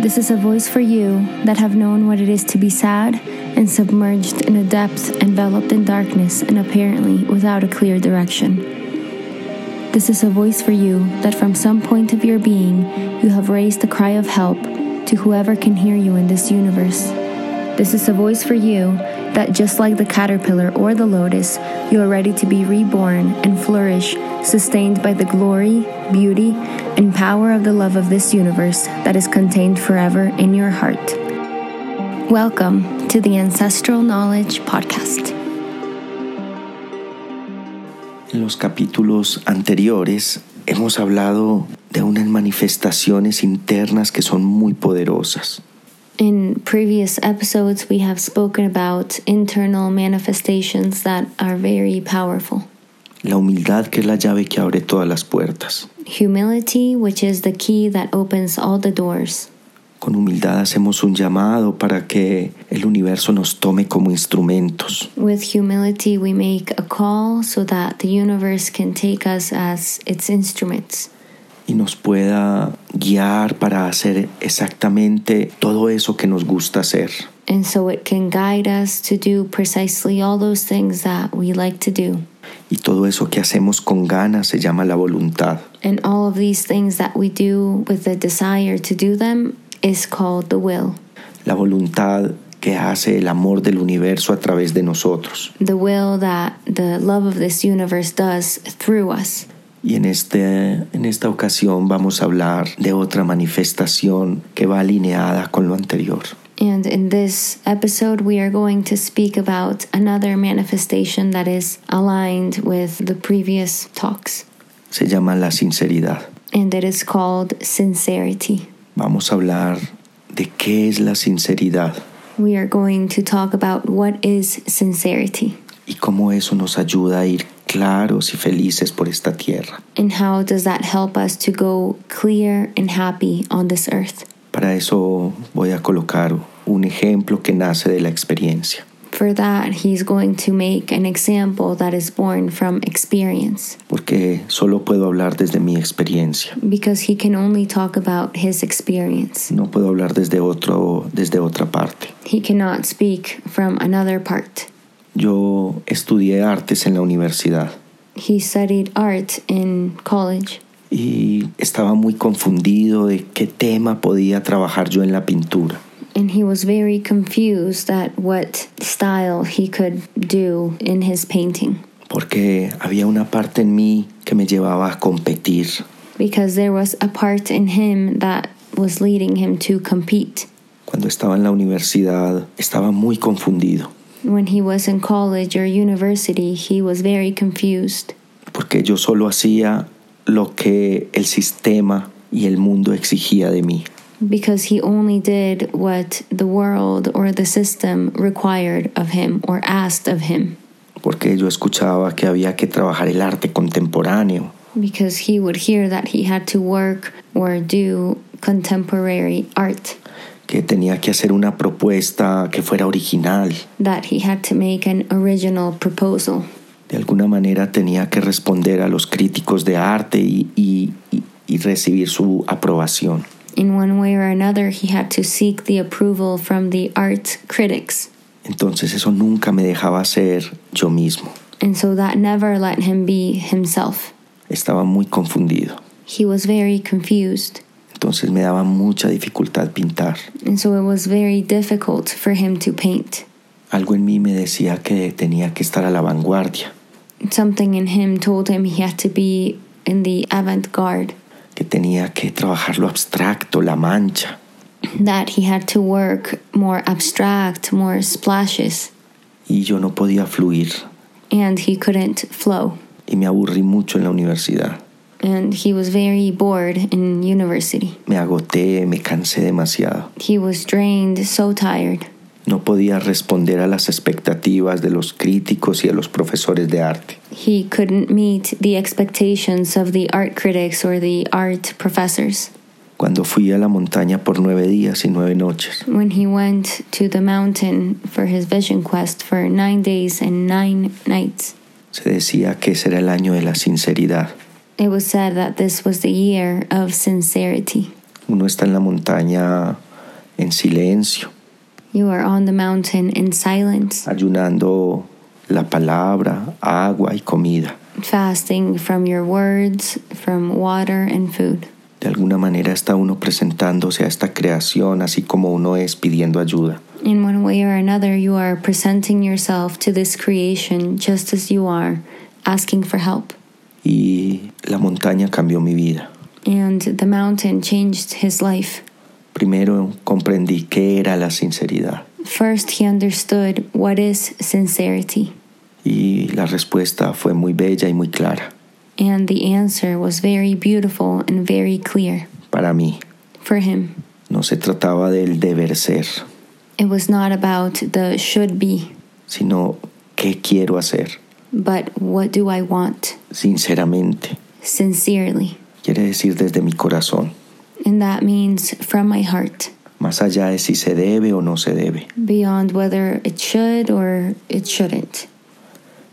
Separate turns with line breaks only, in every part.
This is a voice for you that have known what it is to be sad and submerged in a depth enveloped in darkness and apparently without a clear direction. This is a voice for you that from some point of your being you have raised the cry of help to whoever can hear you in this universe. This is a voice for you that just like the caterpillar or the lotus, you are ready to be reborn and flourish, sustained by the glory, beauty, and power of the love of this universe that is contained forever in your heart. Welcome to the Ancestral Knowledge Podcast.
En los capítulos anteriores hemos hablado de unas manifestaciones internas que son muy poderosas.
In previous episodes, we have spoken about internal manifestations that are very powerful.
La humildad que es la llave que abre todas las puertas.
Humility, which is the key that opens all the doors.
Con humildad hacemos un llamado para que el universo nos tome como instrumentos.
With humility, we make a call so that the universe can take us as its instruments
y nos pueda guiar para hacer exactamente todo eso que nos gusta hacer.
and so it can guide us to do precisely all those things that we like to do.
Y todo eso que hacemos con ganas se llama la voluntad.
And all of these things that we do with the desire to do them is called the will.
La voluntad que hace el amor del universo a través de nosotros.
The will that the love of this universe does through us.
Y en, este, en esta ocasión vamos a hablar de otra manifestación que va alineada con lo anterior.
And in this episode, we are going to speak about another manifestation that is aligned with the previous talks,
Se llama la sinceridad.
and it is called sincerity.
Vamos a hablar de qué es la sinceridad
We are going to talk about what is sincerity.
y cómo eso nos ayuda a ir claros y felices por esta tierra.
And how does that help us to go clear and happy on this earth?
Para eso voy a colocar un ejemplo que nace de la experiencia.
For that, he's going to make an example that is born from experience
porque solo puedo hablar desde mi experiencia.
because he can only talk about his experience.
No puedo hablar desde otro desde otra parte.
He cannot speak from another part.
Yo estudié artes en la universidad
He studied art in college
y estaba muy confundido de qué tema podía trabajar yo en la pintura.
and he was very confused at what style he could do in his painting
Porque había una parte en mí que me llevaba a competir,
because there was a part in him that was leading him to compete.
Cuando estaba en la universidad estaba muy confundido,
When he was in college or university, he was very confused
porque yo solo hacía lo que el sistema y el mundo exigía de mí.
because he only did what the world or the system required of him or asked of him.
porque yo escuchaba que había que trabajar el arte contemporáneo
Because he would hear that he had to work or do contemporary art,
que tenía que hacer una propuesta que fuera original.
that he had to make an original proposal.
De alguna manera tenía que responder a los críticos de arte y, y- y- y recibir su aprobación.
In one way or another, he had to seek the approval from the art critics.
Entonces eso nunca me dejaba ser yo mismo.
And so that never let him be himself.
Estaba muy confundido.
He was very confused.
Entonces me daba mucha dificultad pintar.
and so it was very difficult for him to paint.
Algo en mí me decía que tenía que estar a la vanguardia,
Something in him told him he had to be in the avant garde,
que tenía que trabajar lo abstracto, la mancha.
that he had to work more abstract, more splashes,
Y yo no podía fluir
and he couldn't flow.
y me aburrí mucho en la universidad.
And he was very bored in university.
Me agoté, me cansé demasiado.
He was drained, so tired.
No podía responder a las expectativas de los críticos y a los profesores de arte.
He couldn't meet the expectations of the art critics or the art professors.
Cuando fui a la montaña por nueve días y nueve noches,
When he went to the mountain for his vision quest for nine days and nine nights,
se decía que ese era el año de la sinceridad.
It was said that this was the year of sincerity.
Uno está en la montaña en silencio,
You are on the mountain in silence,
ayunando la palabra, agua y comida.
fasting from your words, from water and food.
De alguna manera está uno presentándose a esta creación, así como uno es pidiendo ayuda.
In one way or another, you are presenting yourself to this creation just as you are, asking for help.
Y la montaña cambió mi vida.
And the mountain changed his life.
Primero comprendí qué era la sinceridad
First, he understood what is sincerity,
y la respuesta fue muy bella y muy clara
and the answer was very beautiful and very clear
para mí.
for him.
No se trataba del deber ser,
It was not about the should be,
sino qué quiero hacer
but what do I want
sinceramente.
sincerely?
Quiere decir desde mi corazón,
And that means from my heart,
más allá de si se debe o no se debe.
beyond whether it should or it shouldn't.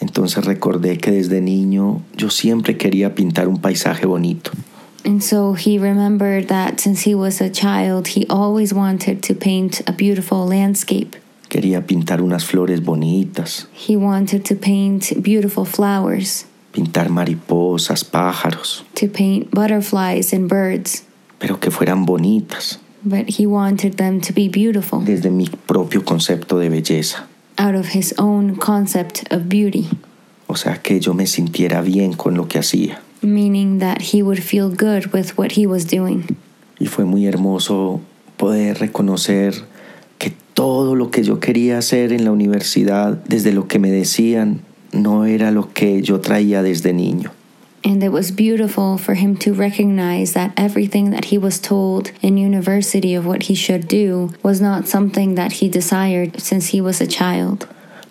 Entonces recordé que desde niño yo siempre quería pintar un paisaje bonito.
And so he remembered that since he was a child, he always wanted to paint a beautiful landscape.
Quería pintar unas flores bonitas,
He wanted to paint beautiful flowers,
pintar mariposas, pájaros,
to paint butterflies and birds,
pero que fueran bonitas
but he wanted them to be beautiful
desde mi propio concepto de belleza.
out of his own concept of beauty,
O sea, que yo me sintiera bien con lo que hacía.
meaning that he would feel good with what he was doing.
Y fue muy hermoso poder reconocer que todo lo que yo quería hacer en la universidad, desde lo que me decían, no era lo que yo traía desde niño.
And it was beautiful for him to recognize that everything that he was told in university of what he should do was not something that he desired since he was a child.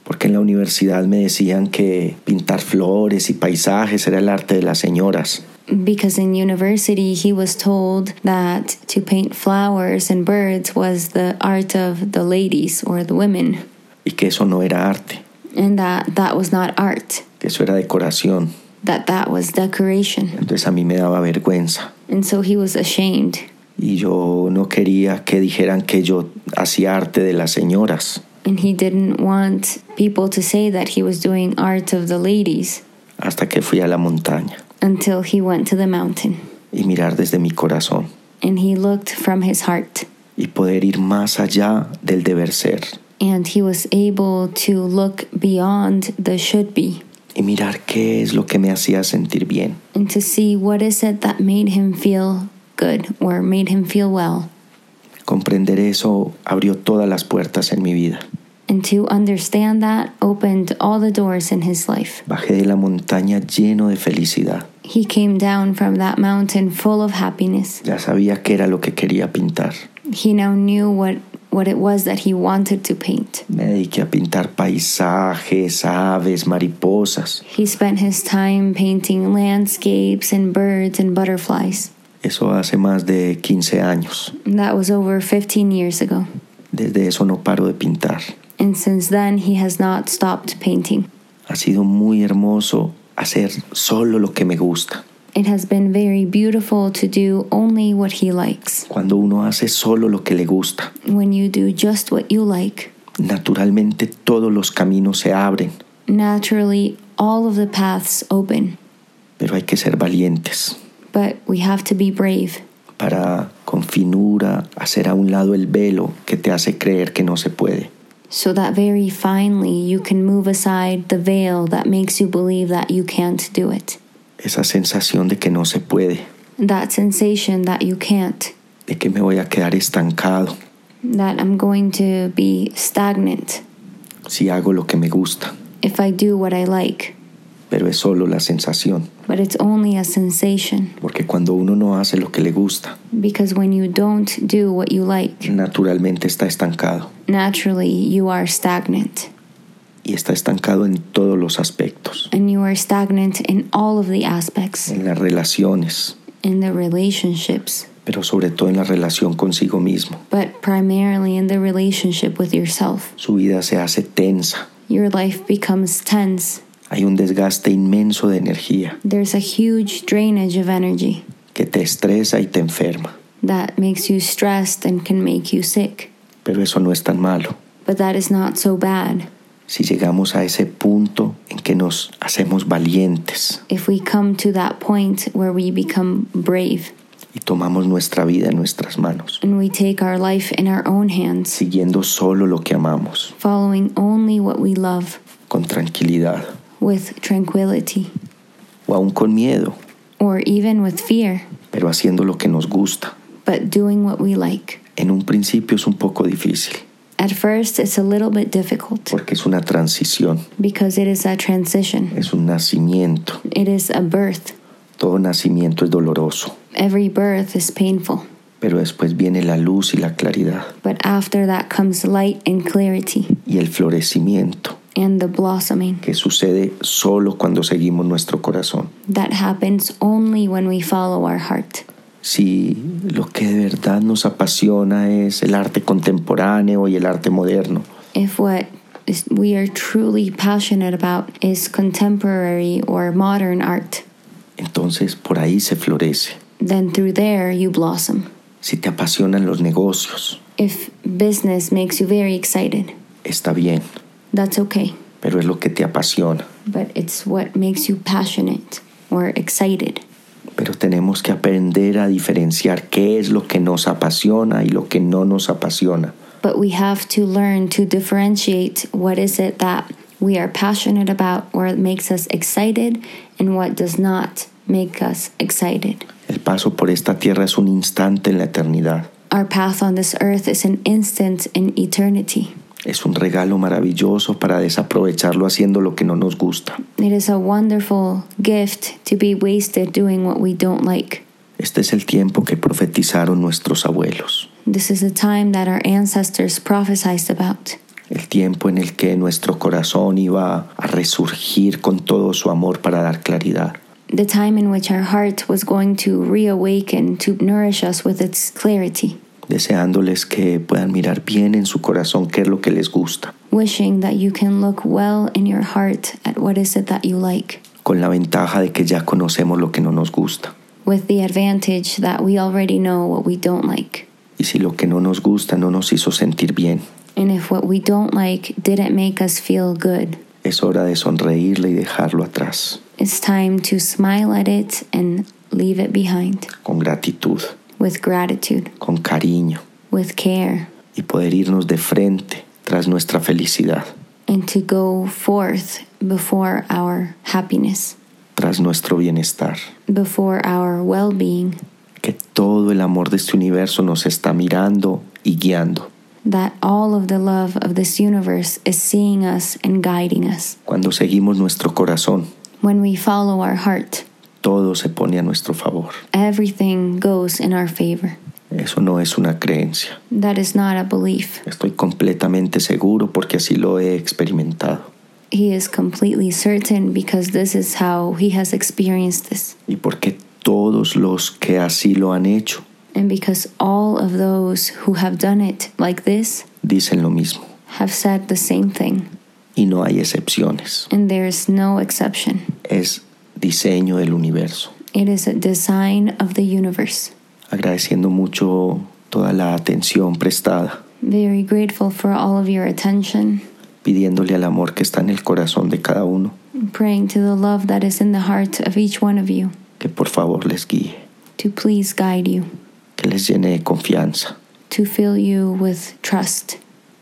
Porque en la universidad me decían que pintar flores y paisajes era el arte de las señoras.
Because in university, he was told that to paint flowers and birds was the art of the ladies or the women,
Y que eso no era arte,
and that that was not art,
que eso era decoración.
that that was decoration.
Entonces a mí me daba vergüenza.
And so he was ashamed.
Y yo no quería que dijeran que yo hacía arte de las señoras.
And he didn't want people to say that he was doing art of the ladies
Hasta que fui a la montaña
until he went to the mountain
y mirar desde mi corazón.
and he looked from his heart
y poder ir más allá del deber ser
and he was able to look beyond the should be
y mirar qué es lo que me hacía sentir bien.
and to see what is it that made him feel good or made him feel well
Comprender eso abrió todas las puertas en mi vida.
and to understand that opened all the doors in his life
Bajé de la montaña lleno de felicidad.
he came down from that mountain full of happiness
Ya sabía qué era lo que quería pintar.
he now knew what what it was that he wanted to paint
Me dediqué a pintar paisajes, aves, mariposas.
he spent his time painting landscapes and birds and butterflies
Eso hace más de 15 años.
that was over 15 years ago
Desde eso no paro de pintar.
and since then he has not stopped painting.
Ha sido muy hermoso hacer solo lo que me gusta.
It has been very beautiful to do only what he likes.
Cuando uno hace solo lo que le gusta,
When you do just what you like,
naturalmente todos los caminos se abren,
naturally all of the paths open.
pero hay que ser valientes
But we have to be brave
para con finura hacer a un lado el velo que te hace creer que no se puede.
so that very finely you can move aside the veil that makes you believe that you can't do it.
Esa sensación de que no se puede,
That sensation that you can't,
de que me voy a quedar estancado
that I'm going to be stagnant
si hago lo que me gusta,
if I do what I like.
pero es solo la sensación,
But it's only a sensation
porque cuando uno no hace lo que le gusta,
because when you don't do what you like,
naturalmente está estancado
naturally you are stagnant
y está estancado en todos los aspectos,
and you are stagnant in all of the aspects
en las relaciones,
in the relationships
pero sobre todo en la relación consigo mismo.
but primarily in the relationship with yourself
Su vida se hace tensa,
your life becomes tense
Hay un desgaste inmenso de energía
there's a huge drainage of energy
que te estresa y te enferma.
that makes you stressed and can make you sick.
Pero eso no es tan malo.
But that is not so bad.
Si llegamos a ese punto en que nos hacemos valientes
if we come to that point where we become brave
y tomamos nuestra vida en nuestras manos,
and we take our life in our own hands,
siguiendo solo lo que amamos,
following only what we love
con tranquilidad
with tranquility
o aún con miedo,
or even with fear,
pero haciendo lo que nos gusta.
but doing what we like.
En un principio es un poco difícil
At first, it's a little bit difficult
porque es una transición,
because it is a transition,
es un nacimiento.
it is a birth.
Todo nacimiento es doloroso,
Every birth is painful,
pero después viene la luz y la claridad
but after that comes light and clarity
y el florecimiento
and the blossoming
que sucede solo cuando seguimos nuestro corazón.
that happens only when we follow our heart.
si lo que de verdad nos apasiona es el arte contemporáneo y el arte moderno,
if what is, we are truly passionate about is contemporary or modern art,
entonces por ahí se florece.
then through there you blossom.
Si te apasionan los negocios,
If business makes you very excited,
está bien,
that's okay,
pero es lo que te apasiona.
but it's what makes you passionate or excited.
Pero tenemos que aprender a diferenciar qué es lo que nos apasiona y lo que no nos apasiona.
But we have to learn to differentiate what is it that we are passionate about or makes us excited and what does not make us excited.
El paso por esta tierra es un instante en la eternidad.
Our path on this earth is an instant in eternity.
Es un regalo maravilloso para desaprovecharlo haciendo lo que no nos gusta.
It is a wonderful gift to be wasted doing what we don't like.
Este es el tiempo que profetizaron nuestros abuelos.
This is a time that our ancestors prophesied about,
El tiempo en el que nuestro corazón iba a resurgir con todo su amor para dar claridad.
the time in which our heart was going to reawaken to nourish us with its clarity,
Deseándoles que puedan mirar bien en su corazón qué es lo que les gusta,
wishing that you can look well in your heart at what is it that you like,
con la ventaja de que ya conocemos lo que no nos gusta.
with the advantage that we already know what we don't like.
Y si lo que no nos gusta no nos hizo sentir bien,
And if what we don't like didn't make us feel good,
es hora de sonreírle y dejarlo atrás,
it's time to smile at it and leave it behind
con gratitud,
with gratitude.
con cariño,
with care
y poder irnos de frente tras nuestra felicidad,
and to go forth before our happiness,
tras nuestro bienestar.
before our well being,
Que todo el amor de este universo nos está mirando y guiando.
that all of the love of this universe is seeing us and guiding us.
Cuando seguimos nuestro corazón,
When we follow our heart,
todo se pone a nuestro favor.
everything goes in our favor.
Eso no es una creencia.
That is not a belief.
Estoy completamente seguro porque así lo he experimentado
He is completely certain because this is how he has experienced this.
y porque todos los que así lo han hecho
And because all of those who have done it like this
dicen lo mismo
have said the same thing.
y no hay excepciones.
And there is no exception.
Es diseño del universo.
It is a design of the universe.
Agradeciendo mucho toda la atención prestada,
Very grateful for all of your attention.
pidiéndole al amor que está en el corazón de cada uno
Praying to the love that is in the heart of each one of you
que por favor les guíe,
to please guide you,
que les llene de confianza
to fill you with trust,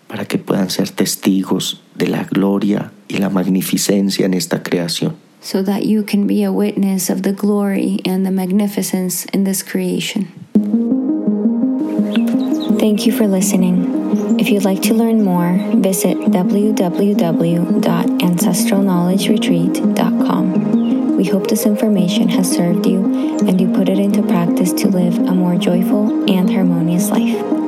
para que puedan ser testigos de la gloria y la magnificencia en esta creación.
so that you can be a witness of the glory and the magnificence in this creation. Thank you for listening. If you'd like to learn more, visit www.ancestralknowledgeretreat.com. We hope this information has served you and you put it into practice to live a more joyful and harmonious life.